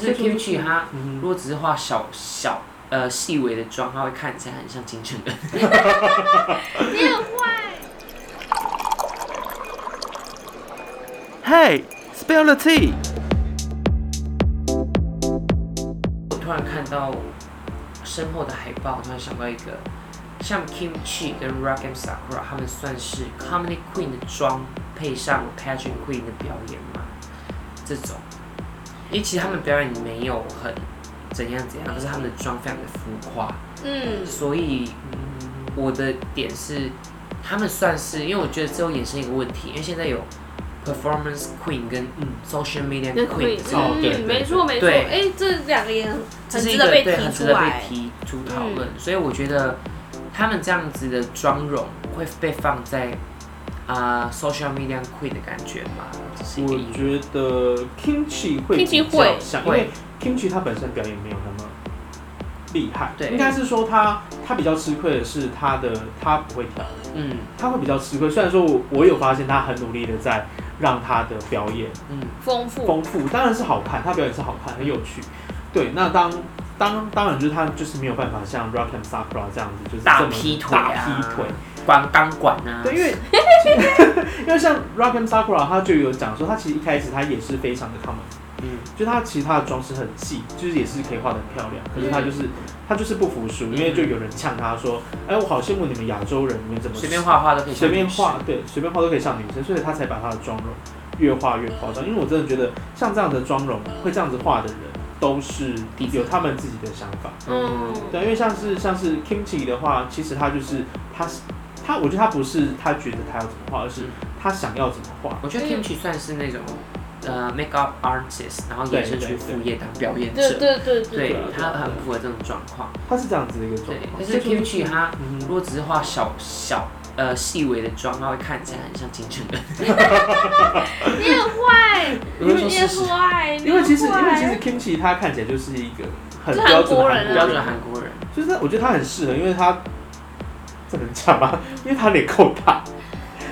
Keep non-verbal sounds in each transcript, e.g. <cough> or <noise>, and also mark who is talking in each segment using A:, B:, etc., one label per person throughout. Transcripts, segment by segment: A: 是 Gucci 它
B: 嗯
A: 如果只是画小小呃细微的妆，它会看起来很像金正恩。
C: 你很坏。
B: ，Hey spell the tea。
A: 我 <laughs> 突然看到身后的海报，我突然想到一个，像 Kimchi 跟 Rock and Sakura 他们算是 Comedy Queen 的妆配上 Pageant Queen 的表演嘛，这种，因为其实他们表演没有很怎样怎样，可是他们的妆非常的浮夸，
C: 嗯，
A: 所以我的点是，他们算是，因为我觉得这又衍生一个问题，因为现在有 performance queen 跟
B: 嗯
A: social media
C: 那
A: queen，
B: 哦对对
C: 嗯，没错没错，
A: 对
C: 哎，这两个也很
A: 这
C: 很
A: 是一
C: 值
A: 个
C: 得被
A: 对
C: 提
A: 很值
C: 出
A: 得被
C: 来。嗯
A: 提出讨论，所以我觉得他们这样子的妆容会被放在啊、social media queen 的感觉嘛，这是一个
B: 我
A: 疑问
B: 觉得 Kimchi 会
C: Kimchi
B: 比较像，因
A: 会
B: 为 Kimchi 他本身表演没有那么厉害，
A: 对
B: 应该是说他他比较吃亏的是他的他不会跳，
A: 嗯
B: 他会比较吃亏。虽然说我我有发现他很努力的在让他的表演
A: 嗯，
C: 丰富，
B: 丰富，当然是好看，他表演是好看，很有趣。对，那当当当然就是他就是没有办法像 Rock and Sakura 这样子，就是
A: 大
B: 这么
A: 劈腿
B: 大
A: 啊
B: 劈腿，
A: 管钢管啊，
B: 对，因
A: <laughs>
B: 为因为像 Rock and Sakura 他就有讲说，他其实一开始他也是非常的 common。
A: 嗯
B: 就他其实他的妆饰很细，就是也是可以画的很漂亮，可是他
A: 嗯
B: 就是、他就是不服输，因为就有人呛他说，哎、我好羡慕你们亚洲人，你们怎么
A: 随便画画都可以，
B: 随便画，，对，随便画都可以像女生，所以他才把他的妆容越画越夸张。因为我真的觉得像这样的妆容会这样子画的人，都是有他们自己的想法。
C: 嗯，
B: 对，因为像是像是 Kimchi 的话，其实他就是他是他，我觉得他不是他觉得他要怎么画，而是他想要怎么画。
A: 我觉得
C: 嗯
A: Kimchi 算是那种呃 make up artist，然后
B: 对
A: 衍生
B: 对
A: 去副业当表演
C: 对
A: 者，
C: 对对
A: 对
C: 对，
A: 他很符合这种状况。
B: 他是这样子的一个状
A: 对，
B: 况。
A: 但
B: 这
A: 是
B: 就是
A: Kimchi 他
B: 嗯哼
A: 如果只是画小小呃细微的妆，它会看起来很像金正
B: <laughs>
A: 恩。
C: 你很坏，
A: 我会
C: 你
A: 说
C: 很
A: 事实
C: 坏，
B: 因为其实，因为其
C: 你
B: 实 Kimchi 他看起来就是一个很
C: 就
B: 标准
C: 韩
B: 的
C: 国人啊
A: 标准韩国人，
B: 就是我觉得他很适合，因为他 <laughs> 这能讲吗？因为他脸够大，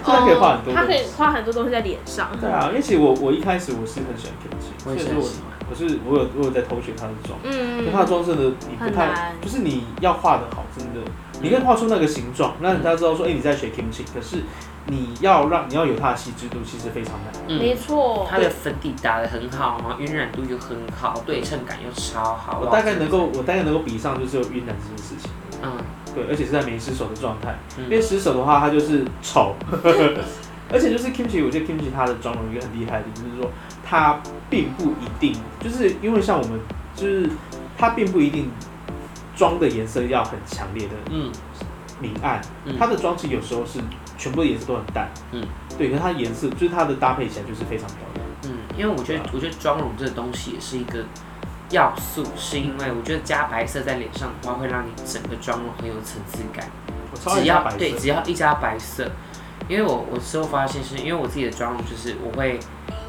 B: 所以他可以画很多
C: 哦他可以
B: 东西
C: 画很多东西在脸上。
B: 对啊，因为其实我我一开始我是很喜欢 Kimchi，
A: 我
B: 所
A: 也
B: 以
A: 是
B: 说
A: 很
B: 我
A: 喜欢。
B: 我是我有我有在偷学他的妆，因为
C: 嗯
B: 他的妆真的你不
C: 很
B: 太，
C: 难
B: 就是你要画的好，真的，你可以画出那个形状，让人家知道说，哎、你在学 Kimchi，可是你要让你要有他的细致度，其实非常难。
C: 没
A: 嗯，
C: 错，
A: 它的粉底打得很好，然后晕染度又很好，对称感又超好。
B: 我
A: 哇
B: 大概能够，，我大概能够比上，就是有晕染这件事情，
A: 嗯，
B: 对，而且是在没失手的状态。因为
A: 嗯
B: 失手的话，他就是丑， <laughs> 而且就是 Kimchi，我觉得 Kimchi 他的妆容有一个很厉害的地方，就是说他并不一定，就是因为像我们，就是他并不一定妆的颜色要很强烈的
A: 嗯
B: 明暗，
A: 嗯
B: 他的妆其实有时候是全部的颜色都很淡，
A: 嗯，
B: 对，可是它颜色就是它的搭配起来就是非常漂亮，
A: 嗯，因为我
B: 啊
A: 觉得，我觉得妆容这个东西也是一个要素，是因为我觉得加白色在脸上的话，会让你整个妆容很有层次感。
B: 我超
A: 只
B: 爱搭
A: 要
B: 白色，
A: 对，只要一加白色，因为我我之后发现是因为我自己的妆容，就是我会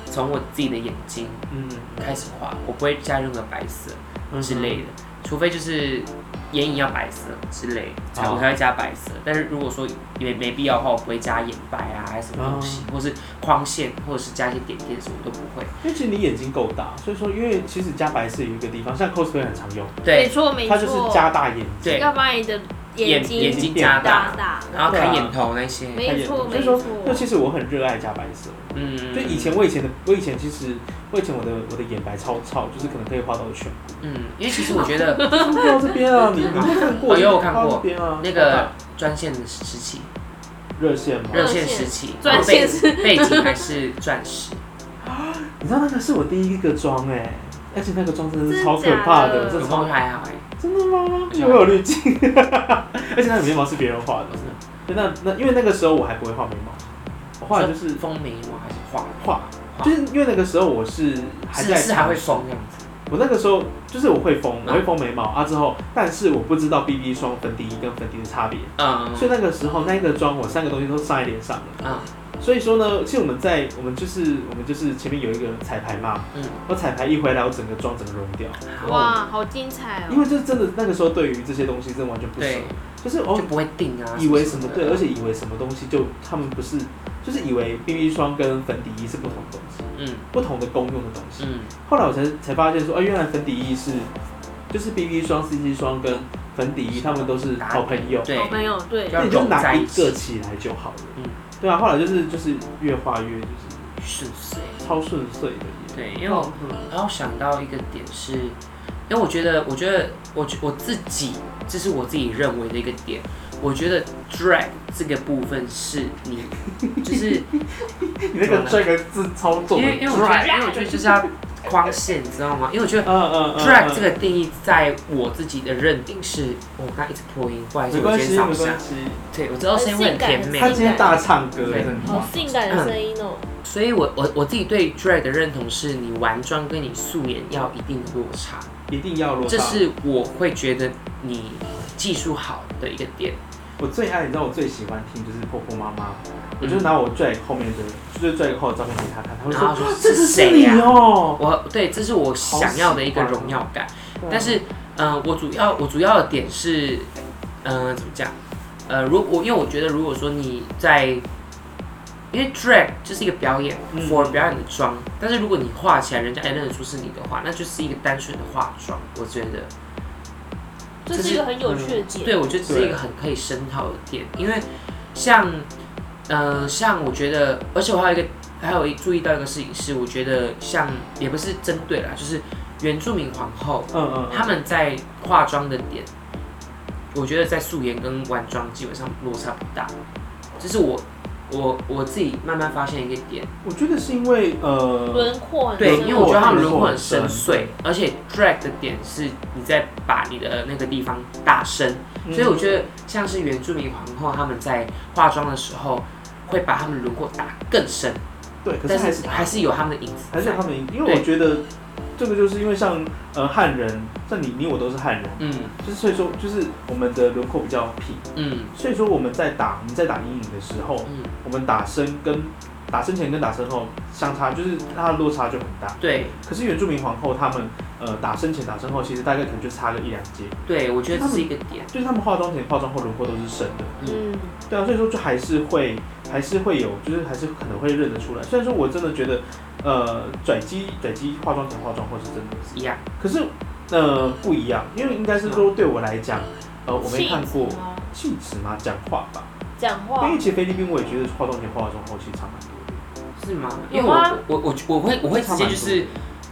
A: 从我自己的眼睛
B: 嗯
A: 开始画，我不会加任何白色。
B: 嗯
A: 之类的，除非就是眼影要白色之类的，才
B: 哦
A: 我才会加白色。但是如果说没没必要的话，我不会加眼白啊，还是什么东西，
B: 哦
A: 或是框线，或者是加一些点点什么都不会。
B: 因为其实你眼睛够大，所以说因为其实加白色有一个地方，像 cosplay 很常用，
C: 没
A: 对，
C: 错没
B: 它就是
C: 错，
B: 加大眼睛，
A: 对
C: 要把你的眼睛
A: 眼睛加
C: 大啊
A: 大，
C: 大，
A: 然后开眼头那些，
C: 没错
B: 所
C: 没
B: 以说
C: 错，，
B: 那其实我很热爱加白色。
A: 嗯，
B: 就以前我以前的我以前其实我以前我的我的眼白超超，就是可能可以画到
A: <laughs>
B: 全部，
A: 嗯，因为其实我觉
B: <laughs>
A: 得
B: 画到这边啊，你你没看过？
A: 哦有我看过
B: 画到这边啊，
A: 那个专线的时期，
B: 热线嘛，
A: 热线时期，
C: 专线
A: 然后背背景还是钻
B: <laughs>
A: 石，
B: 你知道那个是我第一个妆哎、而且那个妆真的是
C: 真
B: 超
C: 的
B: 可怕的，
C: 假的
A: 有
B: 真的
A: 梦
B: 超
A: 还好哎，
B: 真的吗？
A: 而
B: 因
A: 且
B: 为我有滤镜， <laughs> 而且那个眉毛是别人画的，对那那因为那个时候我还不会画眉毛，我画的就是
A: 封眉毛还是画
B: 画，就是因为那个时候我是还
A: 是
B: 在
A: 是还会
B: 尝试
A: 封这样子，
B: 我那个时候就是我会封，我会封眉毛啊之后，但是我不知道 BB 霜、粉底液跟粉底的差别，
A: 嗯
B: 所以那个时候那个妆我三个东西都上在脸上了。
A: 嗯
B: 所以说呢，其实我们在我们就是我们就是前面有一个彩排嘛，
A: 嗯，
B: 我彩排一回来，我整个妆整个融掉，
C: 哇，好精彩哦
B: 因！为就是真的那个时候对于这些东西真的完全不熟
A: 对，，
B: 就是
A: 就
B: 哦
A: 不会定啊，
B: 以为什么
A: 的
B: 对，而且以为什么东西就他们不是，就是以为 BB 霜跟粉底液是不同的东西，
A: 嗯
B: 不同的功用的东西。
A: 嗯
B: 后来我才才发现说，啊，原来粉底液是，就是 BB 霜、CC 霜跟粉底液，他们都是好朋友，
A: 对
C: 好朋友哦对
A: 要
B: 那你就
A: 融在
B: 拿一
A: 一起
B: 个起来就好了。
A: 嗯
B: 对啊，后来就是就是越画越就是
A: 顺遂。
B: 超顺遂的耶。
A: 对，因为我然后想到一个点是，因为我觉得，我觉得我觉我自己，这是我自己认为的一个点。我觉得 drag 这个部分是你， <laughs> 就是
B: 你那个这个字超重
A: 因
B: 的
A: 为因为我觉得，
B: drag
A: 因为我觉得就是要框线，你知道吗？因为我觉得
B: 嗯嗯嗯
A: drag 这
B: 个
A: 个定义，在我自己的认定是，我刚才一直破音，不好意思，
B: 嗯没
A: 我
B: 关
A: 今
B: 系
A: 天
B: 没
A: 上
B: 关
A: 不下。
B: 系，
A: 对，我知道声音会很甜美
B: 他，今天大唱歌
A: 对
B: 真的
C: 好性感的声音哦，
A: 所以我我我自己对 drag 的认同是你完妆跟你素颜要一定的落差。
B: 一定要落到。
A: 这是我会觉得你技术好的一个点。
B: 我最爱，你知道我最喜欢听就是婆婆妈妈，
A: 嗯
B: 我就拿我 drag 后面的，就是 drag 后的照片给她看，她会
A: 然后
B: 说
A: 说
B: 这
A: 是
B: 只是
A: 谁
B: 你
A: 呀
B: 哦。
A: 我对，这是我想要的一个荣耀感。但是，嗯、我主要我主要的点是，嗯、怎么讲？呃，如我因为我觉得，如果说你在，因为 drag 就是一个表演、
B: 嗯
A: for 表演的妆，但是如果你画起来，人家也认得出是你的话，那就是一个单纯的化妆。我觉得，
C: 这是一个很有趣的节目。
A: 对，我觉得这是一个很可以声讨的点，因为像，呃，像我觉得，而且我还有一个，还有一注意到一个事情是，我觉得像也不是针对啦，就是原住民皇后
B: 嗯嗯，
A: 他们在化妆的点，我觉得在素颜跟晚妆基本上落差不大，这是我我我自己慢慢发现一个点。
B: 我觉得是因为呃，
C: 轮廓很
A: 对，
C: 深
A: 因为我觉得他们
B: 啊轮
A: 轮
B: 廓
A: 廓很
B: 很
A: 深
B: 深
A: 邃，而且 drag 的点是你在把你的那个地方打深，所以我
B: 嗯
A: 觉得像是原住民皇后他们在化妆的时候，会把他们轮廓打更深，
B: 对，可是
A: 但
B: 还
A: 是
B: 是
A: 还是有他们的影子
B: 还是
A: 在
B: 他。们，因为
A: 对
B: 我觉得这个就是因为像呃汉人，像你你我都是汉人，
A: 嗯
B: 就是所以说就是我们的轮廓比较平，
A: 嗯
B: 所以说我们在打我们在打阴影的时候，
A: 嗯，
B: 我们打深跟打深前跟打深后相差就是它的落差就很大。
A: 对
B: 可是原住民皇后他们呃打深前打深后，其实大概可能就差个一两阶，
A: 对，我觉得这是一个点。
B: 就是他们化妆前化妆后轮廓都是深的，
C: 嗯，
B: 对啊，所以说就还是会还是会有，就是还是可能会认得出来。虽然说我真的觉得呃拽肌拽肌化妆前化妆后是真的是
A: 一样，
B: 可是呃不一样，因为应该是说对我来讲，呃我没看过
C: 气质吗
B: 气质嘛，讲话吧。
C: 啊讲
B: 因
C: 话
B: 为其实菲律宾我也觉得化妆前化妆后其实差蛮多的。
A: 是吗？因
C: 有
A: 为我
C: 啊
A: 我我我会我会直接就是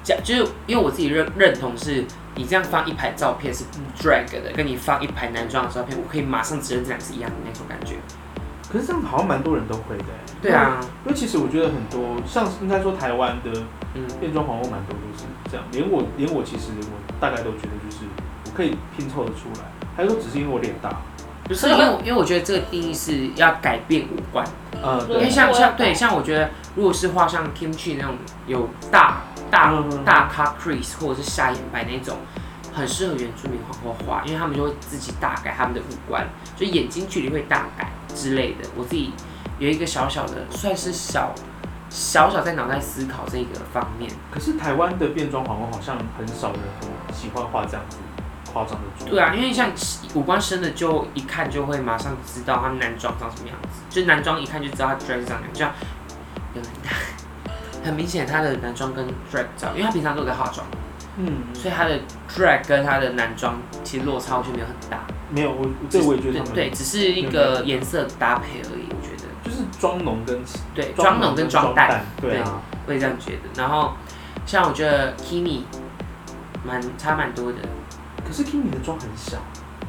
A: 讲，就是因为我自己认认同是，你这样放一排照片是 drag 的，跟你放一排男装的照片，我可以马上指认这两个是一样的那种感觉。
B: 可是这样好像蛮多人都会的、欸。
A: 对啊，
B: 因为其实我觉得很多像应该说台湾的
A: 嗯
B: 变装皇后蛮多都是这样，连我连我其实我大概都觉得就是我可以拼凑得出来，还是说只是因为我脸大？
A: 不是嗯因为我因为我觉得这个定义是要改变五官，
B: 呃，
A: 嗯因
B: 对
A: 为
C: 对，
A: 像像对像我觉得如果是画像 Kimchi 那种有大大
B: 嗯
A: 大咖 crease 或者是下眼白那种，很适合原住民皇后画，因为他们就会自己大改他们的五官，就眼睛距离会大改之类的。我自己有一个小小的，算是小小小在脑袋思考这个方面。
B: 可是台湾的变装皇后好像很少人很喜欢画这样子夸张的妆。
A: 对啊，因为像五官深的就一看就会马上知道他男装长什么样子，就男装一看就知道他 drag 长什么样，就像有很大，很明显他的男装跟 drag 照，因为他平常都有在化妆，
B: 嗯，
A: 所以他的 drag 跟他的男装其实落差就没有很大，
B: 没有我这我也觉得他们
A: 对，只是一个颜色搭配而已，我觉得，
B: 就是妆容跟
A: 对，妆容跟妆淡，
B: 对啊，
A: 我也这样觉得。然后像我觉得 Kimi 蛮差蛮多的，
B: 可是 Kimi 的妆很小。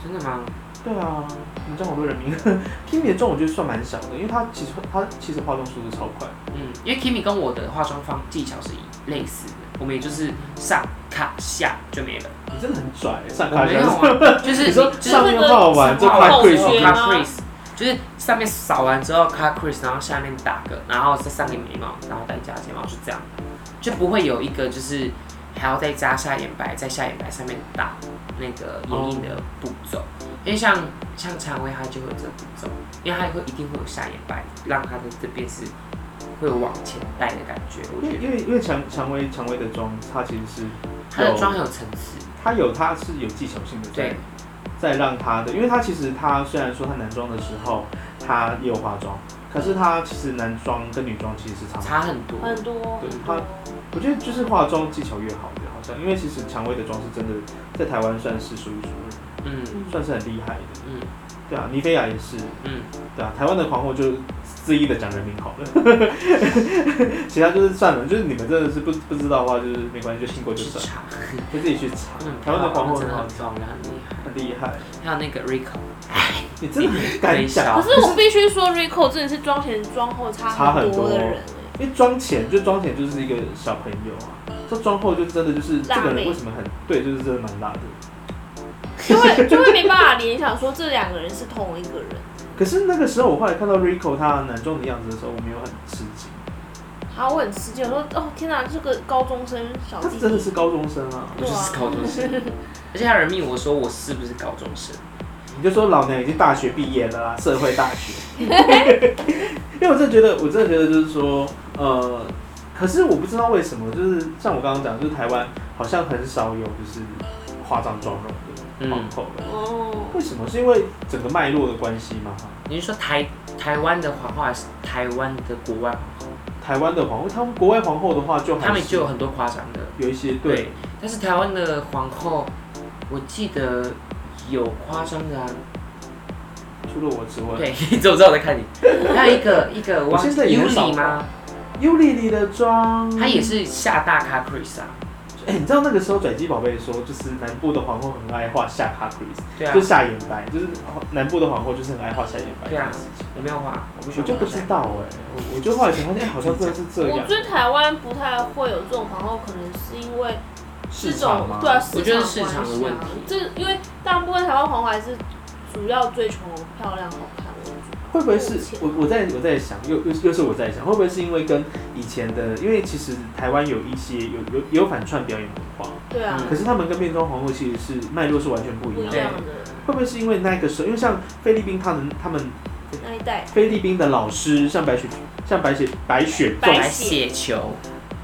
A: 真的吗？
B: 对啊，你知道好多人名 <laughs> Kimi 的妆我觉得算蛮小的，因为她其实她其实化妆速度超快。
A: 嗯，因为 Kimi 跟我的化妆方技巧是一类似的，我们也就是上卡下就没了。
B: 你真的很拽，欸上
A: 我
B: 台
A: 没有啊，就是
B: 你说
A: 就是
B: 上面画完就画
A: 画
B: c r
A: 完之
B: i s
A: 后
B: p
A: 卡
C: 吗
A: crease，就是上面扫完之后卡 crease，然后下面打个，然后再上个眉毛，然后再加睫毛，就这样，就不会有一个就是还要再加下眼白，在下眼白上面打那个眼影的步骤。因为像像常威，他就会有这个步骤，因为他会一定会有下眼白，让他的这边是会有往前带的感觉。我
B: 因为
A: 觉得
B: 因为因为蔷蔷薇蔷薇的妆，它其实是
A: 他的妆很有层次，
B: 它有它是有技巧性的在
A: 对，
B: 在让她的，因为她其实她虽然说她男装的时候，他也有化妆，可是他其实男装跟女装其实是差不多。
A: 差很多。
C: 很多
B: 对
C: 很
B: 他
C: 多，
B: 我觉得就是化妆技巧越好越好像，因为其实蔷薇的妆是真的在台湾算是数一数二，
A: 嗯
C: 嗯
B: 算是很厉害的。
A: 嗯
B: 对啊，妮菲亚也是，
A: 嗯，
B: 对啊，台湾的狂货就恣意的讲人名好了， <laughs> 其他就是算了，就是你们真的是不不知道的话，就是没关系，就听过就
A: 去
B: 算了，
A: 查。
B: 就自己去查。
A: 嗯，
B: 台湾的狂货
A: 真
B: 很
A: 的
B: 好
A: 很
B: 吃，
A: 漂亮，很厉害。
B: 很厉害，
A: 还有那个 Rico，
B: 你真的很敢
A: 他
B: 讲
C: 可。是我必须说，Rico 真的是妆前妆后
B: 差
C: 差
B: 很
C: 很
B: 多
C: 多的人
B: 因为妆前就妆前就是一个小朋友啊，这妆后就真的就是这
C: 辣妹
B: 个人为什么很对，就是真的蛮辣的。
C: 哎， <laughs> 就会就会没办法联想说这两个人是同一个人。
B: 可是那个时候我后来看到 Rico 他男装的样子的时候，我没有很吃惊，
C: 啊，我很吃惊，我说哦天哪，这个高中生小
B: 他
C: 弟
B: 真的
C: 弟，
B: 是高中生啊，
A: 我就是高中生，而且他人命我说我是不是高中生？
B: 你就说老娘已经大学毕业了啦，社会大
A: <laughs>
B: 学。因为我真的觉得，我真的觉得就是说，呃，可是我不知道为什么，就是像我刚刚讲，就是台湾好像很少有就是化妆妆容的皇
A: 嗯，
B: 后了，
C: 哦，
B: 为什么？是因为整个脉络的关系吗？
A: 你是说台台湾的皇后还是台湾的国外皇后？
B: 台湾的皇后，他们国外皇后的话就还是
A: 他们就有很多夸张的，
B: 有一些对，
A: 但是台湾的皇后，我记得有夸张的啊。
B: 除了我之外，
A: 对， <laughs> 你怎么知道我在
B: <laughs>
A: 看你？还有一个一个，
B: 我现在也
A: 尤
B: 很少
A: 里吗？
B: 尤莉莉的妆，
A: 她也是下大咖 Chris 啊，
B: 哎、你知道那个时候拽鸡宝贝说，就是南部的皇后很爱画下卡 Chris，、
A: 对啊
B: 就，下眼白，就是南部的皇后就是很爱画下眼白这
A: 对啊
B: 件事情。
A: 有没有画？我不喜
B: 我
A: 欢
B: 就不知道哎、我我就后来才发现，哎、好像真的是这
C: 我
B: 样，
C: 觉得台湾不太会有这种皇后，可能是因为这
B: 市场
C: 种
B: 吗？
C: 对啊，
A: 我觉得市
C: 市
A: 场
C: 关
A: 的
C: 系
A: 问
C: 啊
A: 题。
C: 这因为大部分台湾皇后还是主要追求漂亮好看为主。
B: 会不会是我我在我在想，又又又是我在想，会不会是因为跟以前的，因为其实台湾有一些有有有反串表演文化，
C: 对啊，
A: 嗯
B: 可是他们跟变装皇后其实是脉络是完全不
C: 不
B: 一样
C: 一
B: 的。
C: 样的
B: 会不会是因为那个时候，因为像菲律宾他们他们
C: 那一代，
B: 菲律宾的老师，像白雪像白雪白雪
C: 白
B: 粽
A: 白血球，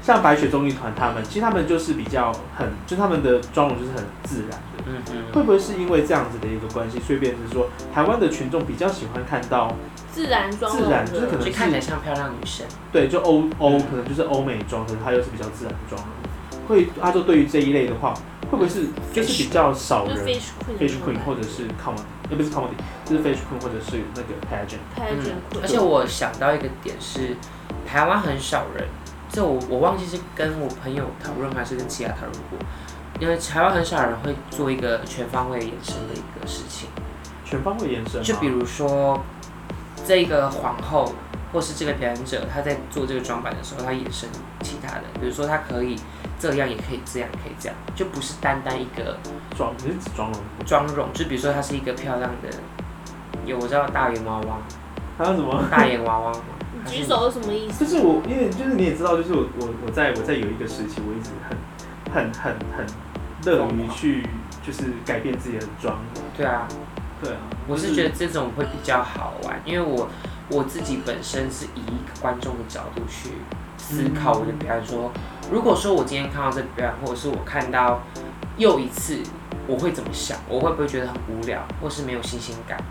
B: 像白雪综艺团他们，其实他们就是比较很，就是他们的妆容就是很自然的。
A: 嗯
B: 会
A: 哼，
B: 不会是因为这样子的一个关系，所以变成说台湾的群众比较喜欢看到
C: 自然妆容
B: 自然就是可
C: 的，
B: 能
A: 就看起来像漂亮女生，
B: 对，就欧欧
A: 嗯
B: 可能就是欧美妆，可是它又是比较自然的妆容。会，他就对于这一类的话，会不会是就是比较少
C: 就是
B: 人
C: fish queen 的
B: fish queen 或者是 comedy，呃不是 comedy，就是 fish queen 或者是那个 pageant。
A: 嗯
C: pageant，
A: 而
C: queen
A: 且我想到一个点是，台湾很少人，这我我忘记是跟我朋友讨论还是跟其他讨论过，因为台湾很少人会做一个全方位延伸的一个事情。
B: 全方位延伸吗。
A: 就比如说，这个皇后或是这个表演者，她在做这个装扮的时候，她衍生其他的，比如说她可以这样，也可以这样，也可以这样，就不是单单一个
B: 妆，你是指妆容？
A: 妆容。就比如说，她是一个漂亮的，有我知道大眼娃娃，
B: 还有什么？
A: 大眼娃娃，
C: 你嗯举手是什么意思？
B: 就是我，因为就是你也知道，就是我我我在我在有一个时期，我一直很很很很乐于去就是改变自己的妆容。
A: 对啊，
B: 对啊，
A: 我是觉得这种会比较好玩，因为我我自己本身是以一个观众的角度去思考我的表演，说如果说我今天看到这个表演，或者是我看到又一次，我会怎么想？我会不会觉得很无聊，或是没有新鲜感？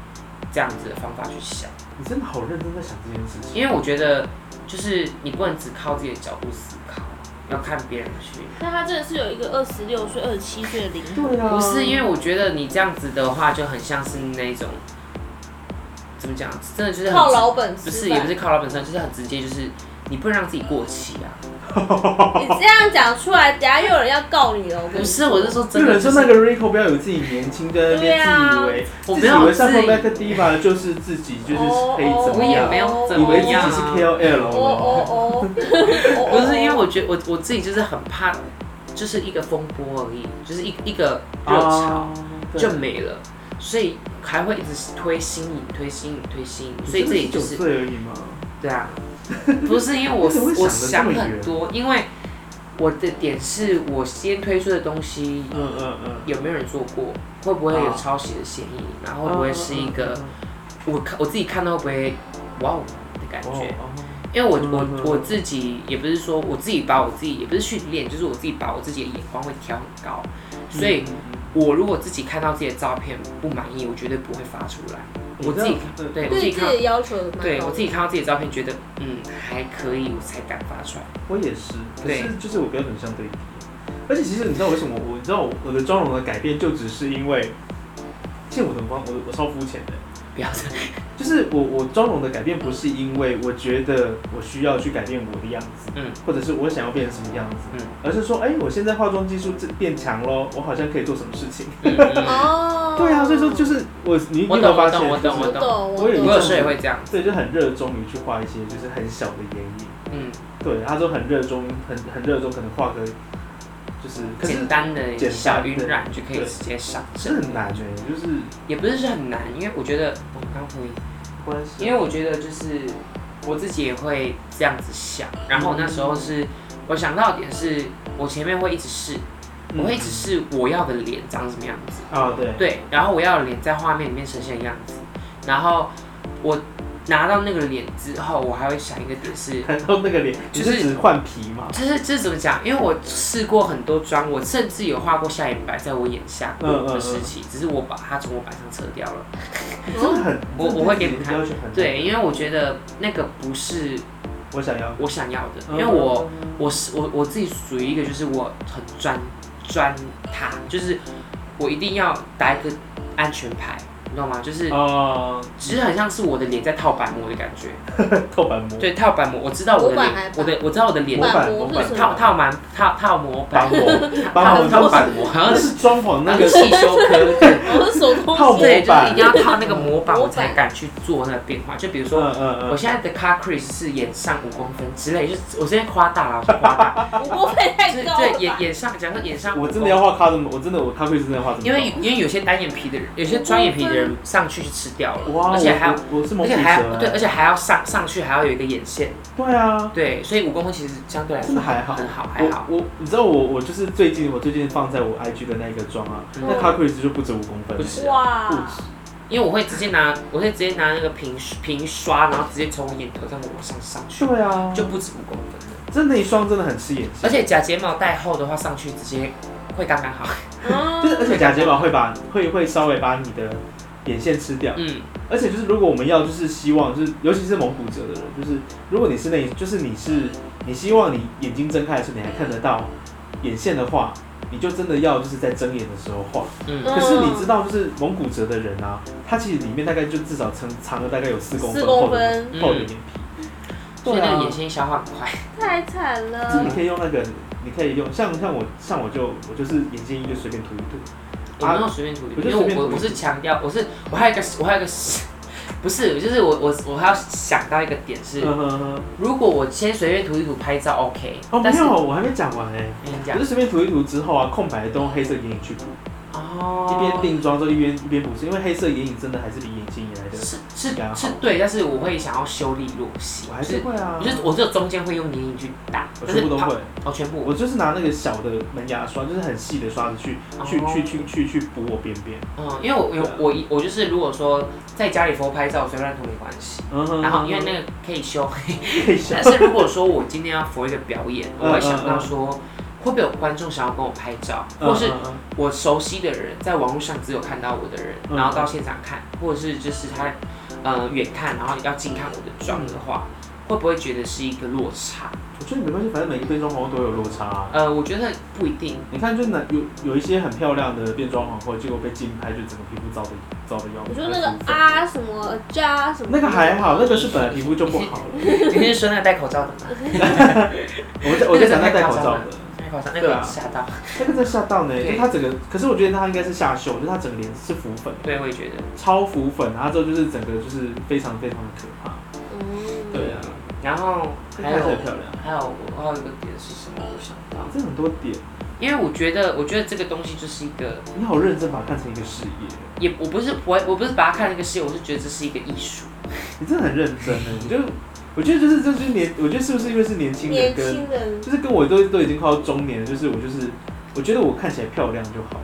A: 这样子的方法去想，
B: 你真的好认真在想这件事情。
A: 因为我觉得就是你不能只靠自己的角度思考，要看别人去。
C: 那他真的是有一个二十六岁、二十七岁的灵魂，
B: 对啊，
A: 不是，因为我觉得你这样子的话，就很像是那种怎么讲，真的就是很
C: 靠老本
A: 不
C: 吃
A: 是，也不
C: 饭。
A: 是靠老本身，就是很直接，就是你不能让自己过期啊。
C: 你这样讲出来，等下又有人要告你了。我跟
A: 不
C: 你
A: 是，我是说真
B: 有
A: 的，
B: 人
A: 就
B: 说那
A: 是
B: 个 Rico 不要有自己年轻在那边
C: 对啊
B: 自以为，
A: 我
B: 自
A: 没
B: 以为
A: 有
B: 上
A: 自
B: p
A: 己哦
B: a，c
A: <laughs>
B: Diva 就是自己就是可以怎么
A: 我也
B: 样，
A: 没有怎
B: 以
A: 么
B: 为自
A: 样
B: 己是 KOL
C: 哦哦
B: 了。
C: 哦，
A: 不是因为
C: 我
A: 我觉得我我自己就是很怕，就是一个风波而已，就是一一个热潮
B: 啊
A: 就
B: 对
A: 没了，所以还会一直推新颖、推新颖、推新颖，
B: 你
A: 所以这也
B: 真的
A: 就
B: 19
A: 是
B: 岁而已嘛。
A: 对
B: <laughs>
A: 啊，不是因为我
B: 你怎么会
A: 我
B: 想
A: 想
B: 得这么
A: 很多，因为我的点是我先推出的东西
B: 嗯嗯嗯，
A: 有没有人做过，会不会有抄袭的嫌疑，然后会不会是一
B: 啊
A: 个。我看我自己看到会不会哇哦的感觉，
B: 哦哦
A: 因为我
B: 嗯嗯嗯
A: 我我自己也不是说我自己把我自己也不是训练，就是我自己把我自己的眼光会调很高，所以
B: 嗯嗯嗯
A: 我如果自己看到自己的照片不满意，我绝对不会发出来，我自己看，
B: 嗯
A: 对我
C: 对
A: 自己
C: 自己
A: 看，
C: 的要求蛮高的。
A: 对我自己看到自己的照片，觉得嗯还可以，我才敢发出来。
B: 我也是，可
A: 对
B: 是就是我标准相对低。而且其实你知道为什么我？你知道我的妆容的改变，就只是因为，其实我很方，我我超肤浅的，
A: 不要这样，
B: <laughs> 就是我我妆容的改变不是因为我觉得我需要去改变我的样子，
A: 嗯，
B: 或者是我想要变成什么样子，
A: 嗯
B: 而是说，哎、我现在化妆技术这变强咯，我好像可以做什么事情。
A: 嗯嗯
C: 哦，
B: 对啊，所以说就是我，你你有
A: 我
B: 没有
A: 懂
B: 发
A: 我
B: 现？
A: 懂我
B: 就是
A: 懂
C: 我
A: 我懂，
C: 懂，
B: 我也
C: 懂
A: 我有时候也会这样，
B: 对，就很热衷于去画一些就是很小的眼影，
A: 嗯，
B: 对，他都很热衷，很很热衷，可能画个就是，可是
A: 简单的
B: 简单
A: 小
B: 的
A: 晕染就可以
B: 对
A: 直接上
B: 是
A: 阵，
B: 很难哎、就是
A: 也不是是很难，因为我觉得我刚回
B: 关系，
A: 因
B: 啊
A: 为我觉得就是我自己也会这样子想，然后我那时候是我想到的点是，我前面会一直试，
B: 嗯
A: 我会一直试我要的脸长什么样子，
B: 啊，对，
A: 对，然后我要的脸在画面里面呈现的样子，然后我拿到那个脸之后，我还会想一个点是。
B: 看到那个脸，
A: 就
B: 就是是只换皮嘛，
A: 就是这是怎么讲？因为我试过很多妆，我甚至有画过下眼白在我眼下
B: 嗯嗯
A: 的
B: 嗯
A: 时期，只是我把它从我白上撤掉了。
B: 你真的很，
A: 我我会给你
B: 真的
A: 看
B: 要求很，
A: 对，因为我觉得那个不是
B: 我想要，
A: 我想要的，因为我我是我我自己属于一个就是我很专专它，就是我一定要打一个安全牌，你懂吗？就是
B: 啊，
A: 只是很像是我的脸在套白膜的感觉，
B: 透白膜，
A: 对，套白膜，我知道我的
C: 模板还
A: 脸，我的我知道我的脸
B: 模板
C: 模
B: 模板
C: 是什
A: 套
C: 么？
A: 套满套套模
B: 板
A: 板，
B: 膜，板
A: 套
B: 膜
A: 套
B: 都
A: 板
B: 是，
A: 膜，好
B: 那
A: 像是
B: 是装潢那
A: 那个
B: 个
A: 汽修 <laughs> 科，对
C: 我是手工
B: 套模
A: 对，就是一
B: 板
A: 定要套那个模板，
C: 模板
A: 我才敢去做那个变化。就比如说。
B: 嗯嗯
A: 我
B: 嗯，
A: 现在的 car crease 是眼上五公分之类，就是我现在夸大了，我夸大，
C: 我不会
A: 就
C: 太
A: 是
C: 高了
A: 对
C: 吧
A: 眼眼上，讲到眼上，
B: 我真的要画咖这么，我真的我咖啡是真的要画这么高，
A: 因为因为有些单眼皮的人，有些双眼皮的人上去就吃掉了，
B: 哇，
A: 而且还要，
B: 我我是
A: 而
B: 蒙
A: 且
B: 古
A: 还要
B: 蛇，
A: 对，而且还要上上去还要有一个眼线，
B: 对啊，
A: 对，所以五公分其实相对来
B: 真
A: 说
B: 的还好。
A: 很好，还好。
B: 我我你知道我我就是最近我最近放在我 IG 的那个妆啊，
A: 嗯
B: 那咖啡值就不止五公分，
A: 不止啊
C: 哇
B: 不，止
A: 因为我会直接拿，我会直接拿那个平平刷，然后直接从我眼头上往上上去，
B: 对啊，
A: 就不止五公分了。
B: 真的，一双真的很吃眼睛，
A: 而且假睫毛戴厚的话，上去直接会刚刚好。
C: 嗯
B: 就是而且假睫毛会把会会稍微把你的眼线吃掉，
A: 嗯，
B: 而且就是如果我们要就是希望就是尤其是蒙古褶的人，就是如果你是那就是你是你希望你眼睛睁开的时候你还看得到眼线的话，你就真的要就是在睁眼的时候画。
A: 嗯
B: 可是你知道就是蒙古褶的人啊，他其实里面大概就至少藏藏了大概有四公分
C: 四公
B: 厚
C: 分
B: 的
A: 嗯
B: 厚的眼皮，
A: 所以
B: 对
A: 那个
B: 啊
A: 眼，线消化很快。
C: 太惨
B: 就是你
C: 了。
B: 可以用那个。你可以用像像我像我就我就是眼线就随便涂一涂，啊
A: 我没有随便涂
B: 我
A: 因
B: 就
A: 为
B: 随便
A: 我我
B: 涂
A: 我是强调，我是我还有一个我还有一个不是，就是我我我还要想到一个点是，
B: 嗯哼哼，
A: 如果我先随便涂一涂拍照 OK，
B: 哦没
A: 但是
B: 有，
A: 我
B: 我还没讲完哎、
A: 跟你
B: 我
A: 讲
B: 就随便涂一涂之后啊，空白的都用黑色眼影去补，
A: 哦，
B: 一边定妆之后一边一边补色，因为黑色眼影真的还是比眼睛眼来的，
A: 是是
B: 比较好
A: 是对，但是我会想要修丽落细
B: 我，还
A: 就是是
B: 会啊
A: 我，就是我只有中间会用眼影去打，
B: 我
A: 但是
B: 全部都
A: 旁
B: 会，
A: 哦全部
B: 我就是拿那个小的门牙刷，就是很细的刷子去去
A: 哦
B: 去去去去补我边边，
A: 嗯，因为我有
B: 对啊
A: 我一我就是如果说在家里佛拍照随便乱涂没关系，
B: 嗯哼
A: 然后因为那个可以修黑，
B: 那可以小
A: <laughs> 但，是如果说我今天要佛一个表演，
B: 嗯
A: 我会想到说。会不会有观众想要跟我拍照，或是
B: 嗯嗯
A: 我熟悉的人，在网络上只有看到我的人，
B: 嗯
A: 然后到现场看，或者是就是他，呃，远看，然后要近看我的妆的话，会不会觉得是一个落差？
B: 嗯我觉得没关系，反正每个变装皇后都有落差啊、
A: 呃，我觉得不一
B: <laughs>
A: 定，
B: 你看，就那有有一些很漂亮的变装皇后，结果被竞拍，就整个皮肤糟的糟的要命。
C: 你说那
B: 还
C: 个
B: 是
C: 啊什么加什么？
B: 那个还好，那个是本来皮肤就不好了。
A: 你是说那个戴口罩的吗？
B: 我在我在讲那戴口罩
A: 那
B: 的
A: 个，戴口罩那
B: 对
A: 个
B: 啊
A: 吓到，
B: <laughs> 那个真吓到呢，
A: 对
B: 就他整个，可是我觉得他应该是下秀，就是他整个脸是浮粉，
A: 对，我也觉得。
B: 超浮粉，然后之后就是整个就是非常非常的可怕。
C: 嗯，
B: 对啊，
A: 然后还
B: 看起来
A: 有
B: 很漂亮，
A: 还有我还有一个点是什么？我想到，
B: 这很多点，
A: 因为我觉得我觉得这个东西就是一个，
B: 你好认真把它看成一个事业，
A: 也我不是我我不是把它看成一个事业，我是觉得这是一个艺术。
B: 你真的很认真呢。我就我觉得就是这就是年，我觉得是不是因为是年轻人
C: 年
B: 跟
C: 轻人
B: 就是跟我都都已经快要中年了，就是我就是我觉得我看起来漂亮就好了。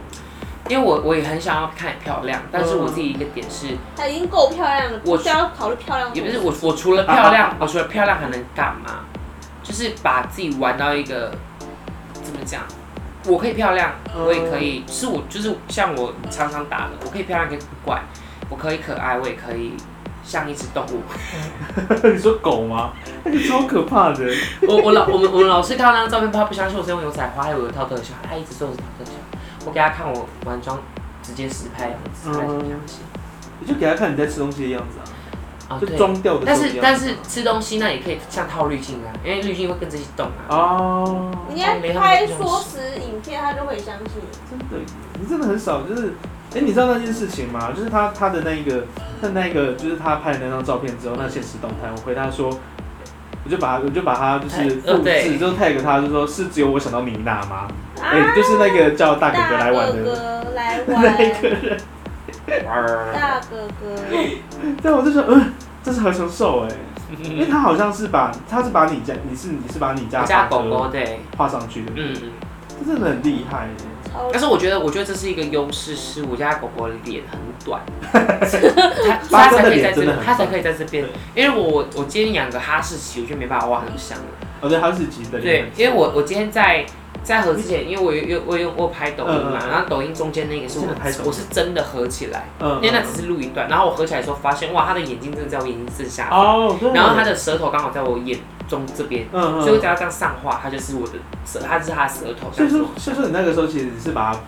A: 因为我我也很想要看漂亮，但是我自己一个点是，
C: 她已经够漂亮了，
A: 我
C: 不需要考虑漂亮。
A: 也不是我我除了漂亮，我除了漂亮还能干嘛？就是把自己玩到一个怎么讲？我可以漂亮，
B: 嗯
A: 我也可以，是我就是像我常常打的，我可以漂亮跟不怪，我可以可爱，我也可以像一只动物。
B: <laughs> 你说狗吗？那个超可怕的，
A: 我我老我们我们老师看到那张照片，他不相信我是用牛仔花，还以为我套特效，他一直说我是套特效。我给他看我完妆直接实拍样子，他也
B: 嗯
A: 不相信。
B: 你就给他看你在吃东西的样子啊，
A: 啊，
B: 就
A: 对。
B: 装掉的
A: 但
B: 时候的样
A: 是
B: 子啊。
A: 但是吃东西那也可以像套滤镜啊，因为滤镜会跟着一起动啊。
B: 哦，
C: 你要拍缩时影片，他就会相信。
B: 真的耶，你真的很少，就是，哎、你知道那件事情吗？就是他他的那一个，他那一个，就是他拍的那张照片之后，那现实动态，我回他说，我就把我就把他就是
A: 哎呃
B: 复
A: 对
B: 制，就 tag 他，就说是只有我想到米娜吗？
C: 啊
B: 哎、就是那个叫大哥
C: 大
B: 哥来玩
C: 哥
B: 的
C: 啊哥来
B: 那个
C: 玩，
B: 人，
C: 大哥哥，
B: 但我就说，嗯、这是何雄兽哎，
A: 嗯
B: 因为他好像是把他是把你家你是你是把你家
A: 我
B: 的
A: 家
B: 大哥
A: 狗狗对，
B: 画上去的，
A: 嗯嗯。
B: 这真的很厉害哎耶。
C: 超
A: 但是我觉得，我觉得这是一个优势，是我家狗狗的脸很
B: <laughs>
A: 短，
B: 八
A: 它它
B: 哥
A: 才
B: 的
A: 可以在这
B: 脸真的
A: 边，
B: 很短
A: 它才可以在这边
B: 对。
A: 因为我我今天养个哈士奇，我就没办法挖很香了。
B: 哦，对，他是吉的
A: 对，因为我我今天在在合之前，因为我有有我有我有拍抖音嘛
B: 嗯，嗯嗯
A: 然后抖音中间那个是
B: 真的拍抖
A: 我
B: 音
A: 我是真的合起来，
B: 嗯
A: 因为那只是录一段，然后我合起来的时候发现，哇，它的眼睛真的在我眼睛正下方，
B: 哦，对，
A: 然后它的舌头刚好在我眼中这边，
B: 嗯嗯，
A: 所以我只要这样上画，它就是我的舌，它是它的舌头。这
B: 所以
A: 样子
B: 说，所以说你那个时候其实你是把它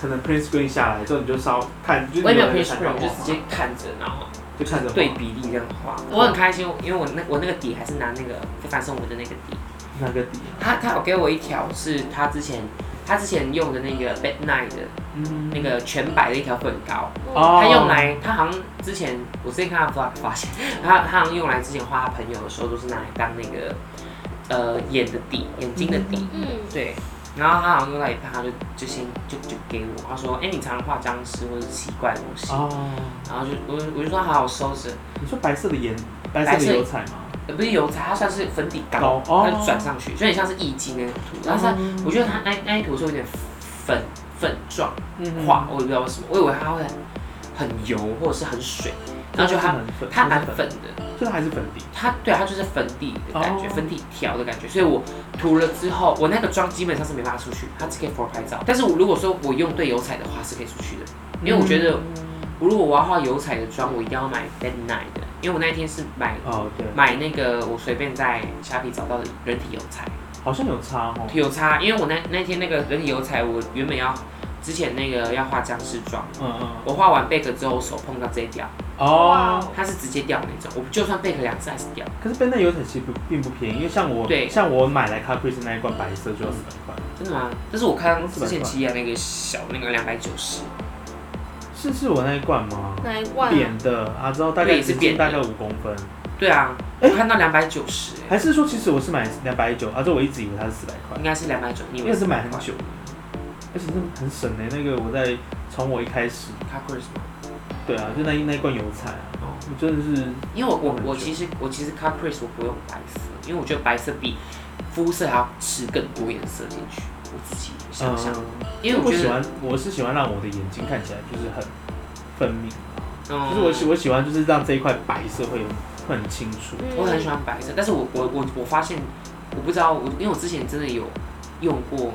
B: 可能 print screen 下来之后，你就稍看，就是
A: 我也没有
B: 那个
A: p i c t
B: 参考
A: 我就
B: 画
A: 直接看着，然后
B: 就看着
A: 对比例这样画。我很开心，因为我那我那个底还是拿那个反送我的那个底，
B: 那个底，
A: 他他有给我一条是他之前他之前用的那个 Bad Night 的
B: 嗯
A: 那个全白的一条粉膏，
C: 哦，
A: 他用来他好像之前我之前看他发发现，他他好像用来之前画他朋友的时候都是拿来当那个呃眼的底眼睛的底，
C: 嗯，
A: 对。然后他好像用到一半，他就就先就就给我，他说：“哎、你常常画僵尸或者奇怪的东西。
B: 哦，
A: 然后就我就我就说好，我收着，
B: 你说白色的眼，白色的油彩吗？
A: 呃不是油彩，它算是粉底膏，
B: 膏哦
A: 它就转上去，就很像是易经那个图。然后它，我觉得它那那一图是有点粉粉状
B: 嗯
A: 化，我也不知道为什么，我以为它会很油或者是很水，然后就它
B: 很粉，
A: 它蛮
B: 就是
A: 粉，的，
B: 就是还是粉底，
A: 它对它就是粉底的感觉，
B: 哦
A: 粉底调的感觉。所以我涂了之后，我那个妆基本上是没办法出去，它只可以 for 拍照。但是我如果说我用对油彩的话，是可以出去的，因为我觉得如果我要画油彩的妆，我一定要买 Bad Night 的，因为我那一天是买
B: 哦对，
A: 买那个我随便在虾皮找到的人体油彩，
B: 好像有差哦，
A: 有差，因为我那那天那个人体油彩，我原本要之前那个要画僵尸妆，
B: 嗯嗯，
A: 我画完贝壳之后手碰到这一掉，
B: 哦。
A: 它是直接掉那种，我就算贝壳两次还是掉，
B: 可是贝奈油彩其实不并不便宜，因为像我
A: 对
B: 像我买来 Capri 那一罐白色就要四百块，
A: 真的吗？但是我看之前起亚那个小那个两百九十，
B: 是是我那一罐吗？
C: 哪一罐啊？
B: 扁的啊，之后大
A: 对
B: 概
A: 也是
B: 直
A: 扁
B: 径
A: 的
B: 大概五公分，
A: 对啊，我看到两百九十，
B: 还是说其实我是买两百九，啊，这我一直以为它是四百块
A: 应，该是两百九，你以
B: 因
A: 为
B: 为是买很久的，而且真的很省哎、那个我在从我一开始，
A: 卡库尔吗？
B: 对啊，就那一那一罐油菜啊，
A: 哦，
B: 我真的是
A: 因为我我我其实我其实 c a p r i s 我不用白色，因为我觉得白色比肤色还要吃更多颜色进去，我自己想象，
B: 哦嗯
A: 因为我
B: 我
A: 觉
B: 喜
A: 得，
B: 欢，我是喜欢让我的眼睛看起来就是很分明啊，
A: 嗯
B: 就是我喜我喜欢就是让这一块白色会有会很清楚，
C: 嗯
A: 我很喜欢白色，但是我我我我发现，我不知道我因为我之前真的有用过，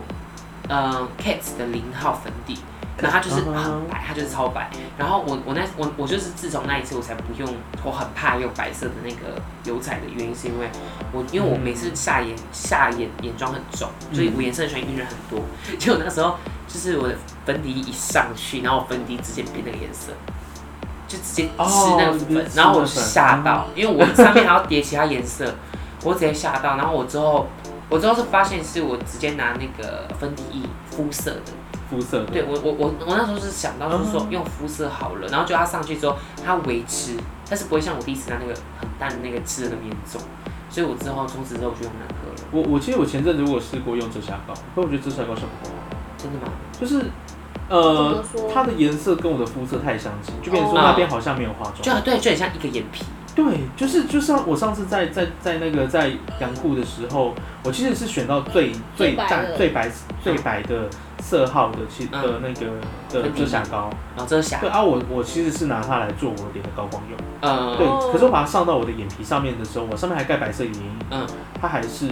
A: 呃，Cats 的零号粉底，然后它就是
B: 嗯哼
A: 很白，它就是超白。然后我我那我我就是自从那一次我才不用，我很怕用白色的那个油彩的原因是因为我因为我
B: 嗯
A: 每次下眼下眼眼妆很重，所以我颜色喜欢晕染很多。 <laughs> 结果那时候就是我的粉底一上去，然后我粉底直接变那个颜色。就直接吃那个
B: 哦
A: 粉，
B: 你直接吃
A: 然后我
B: 那
A: 就
B: 粉
A: 吓到，因为我上面还要叠其他颜色，我直接吓到。然后我之后，我之后是发现是我直接拿那个粉底液肤色的，
B: 肤色的，
A: 对我我我我那时候是想到就是说
B: 嗯
A: 用肤色好了，然后就它上去之后它维持，但是不会像我第一次拿那个很淡的那个吃的那么严重，所以我之后从此之后我就用那个了。
B: 我我其实我前阵子我有试过用遮瑕膏，可我觉得遮瑕膏效果不好，
A: 真的吗？
B: 就是
C: 怎
B: 呃
C: 么说
B: 它的颜色跟我的肤色太相近，就变成说
A: 哦
B: 那边好像没有化妆。
A: 就对，就很像一个眼皮。
B: 对，就是就像我上次在在在那个在杨库的时候，我其实是选到最
C: 最
B: 最
C: 白
B: 淡
C: 的
B: 最白最白的色号的其
A: 嗯
B: 的那个的
A: 粉底
B: 遮瑕膏。
A: 然后遮瑕，
B: 对啊，我我其实是拿它来做我脸的高光用。
A: 呃，
C: 哦
B: 对，可是我把它上到我的眼皮上面的时候，我上面还盖白色眼影，
A: 嗯，
B: 它还是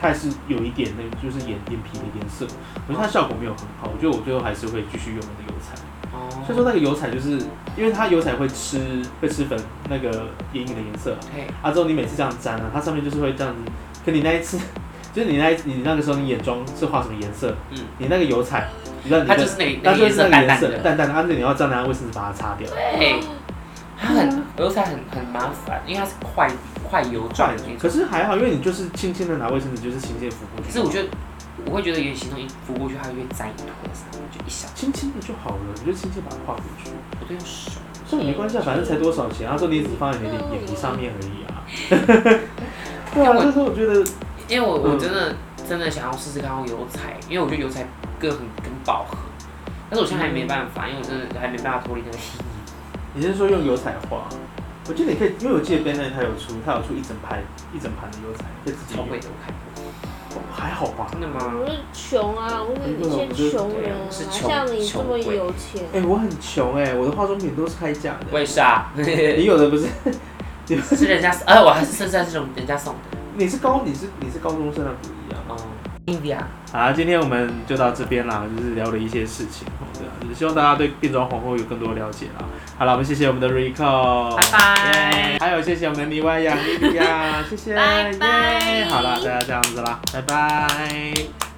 B: 它还是有一点那个就是眼眼皮的颜色，我觉得它效果没有很好，我觉得我最后还是会继续用我的油彩。
A: 哦，
B: 所以说那个油彩就是因为它油彩会吃会吃粉那个眼影的颜色
A: 嘿，
B: 啊，之后你每次这样沾啊，它上面就是会这样子。可你那一次，就是你那一你那个时候你眼妆是画什么颜色？
A: 嗯，
B: 你那个油彩，你知道你
A: 它
B: 的
A: 就是那
B: 它
A: 那个
B: 就
A: 颜色
B: 是那个
A: 淡
B: 颜
A: 淡
B: 色
A: 的，
B: 淡淡的，啊，那你要这样拿卫生纸把它擦掉。
A: 对，它很油彩很很麻烦，因为它是快快油状
B: 转
A: 的那种。
B: 可是还好，因为你就是轻轻的拿卫生纸，就是轻轻的拂过去。
A: 可是我觉得我会觉得有些行动一拂过去，它就会沾一坨上面，就一小
B: 轻轻的就好了，你就轻轻把它画过去，
A: 我都用手。
B: 所以没关系，啊，反正才多少钱。他说你只放在你的
A: 嗯
B: 眼皮上面而已
A: <laughs>
B: 啊。对啊，就是我觉得
A: 因为我
B: 嗯
A: 我真的、真的想要试试看用油彩，因为我觉得油彩更很更饱和，但是我现在还没办法，因为我真的还没办法脱离那个吸引。
B: 你是说用油彩画？我记得你可以，因为我记得 b e n n e 他有出，他有出一整排一整盘的油彩，可以自己
A: 超
B: 用
A: 贵。的，我看过。
B: 还好吧？
A: 真的吗？
C: 我是穷啊，我是一些穷人啊，
A: 是
C: 哪
A: 穷
C: 像你这么
A: 穷鬼
C: 有钱。
B: 哎、我很穷哎、我的化妆品都是开价
A: 我
B: 的。
A: 也是啊，
B: 你有的不是？ <laughs>
A: 是人家，呃，我还是甚至还是人家送的。
B: 你是高，你是你是高中生啊，不一样。
A: 哦 i n d i a
B: 好啦，今天我们就到这边啦，就是聊了一些事情，哦对啊，就是希望大家对变装皇后有更多了解啦。好了，我们谢谢我们的 Rico，
A: 拜拜
B: 耶还有谢谢我们的米外呀、米莉亚，谢谢，
C: 拜拜
B: 耶好了，大家这样子啦，拜拜。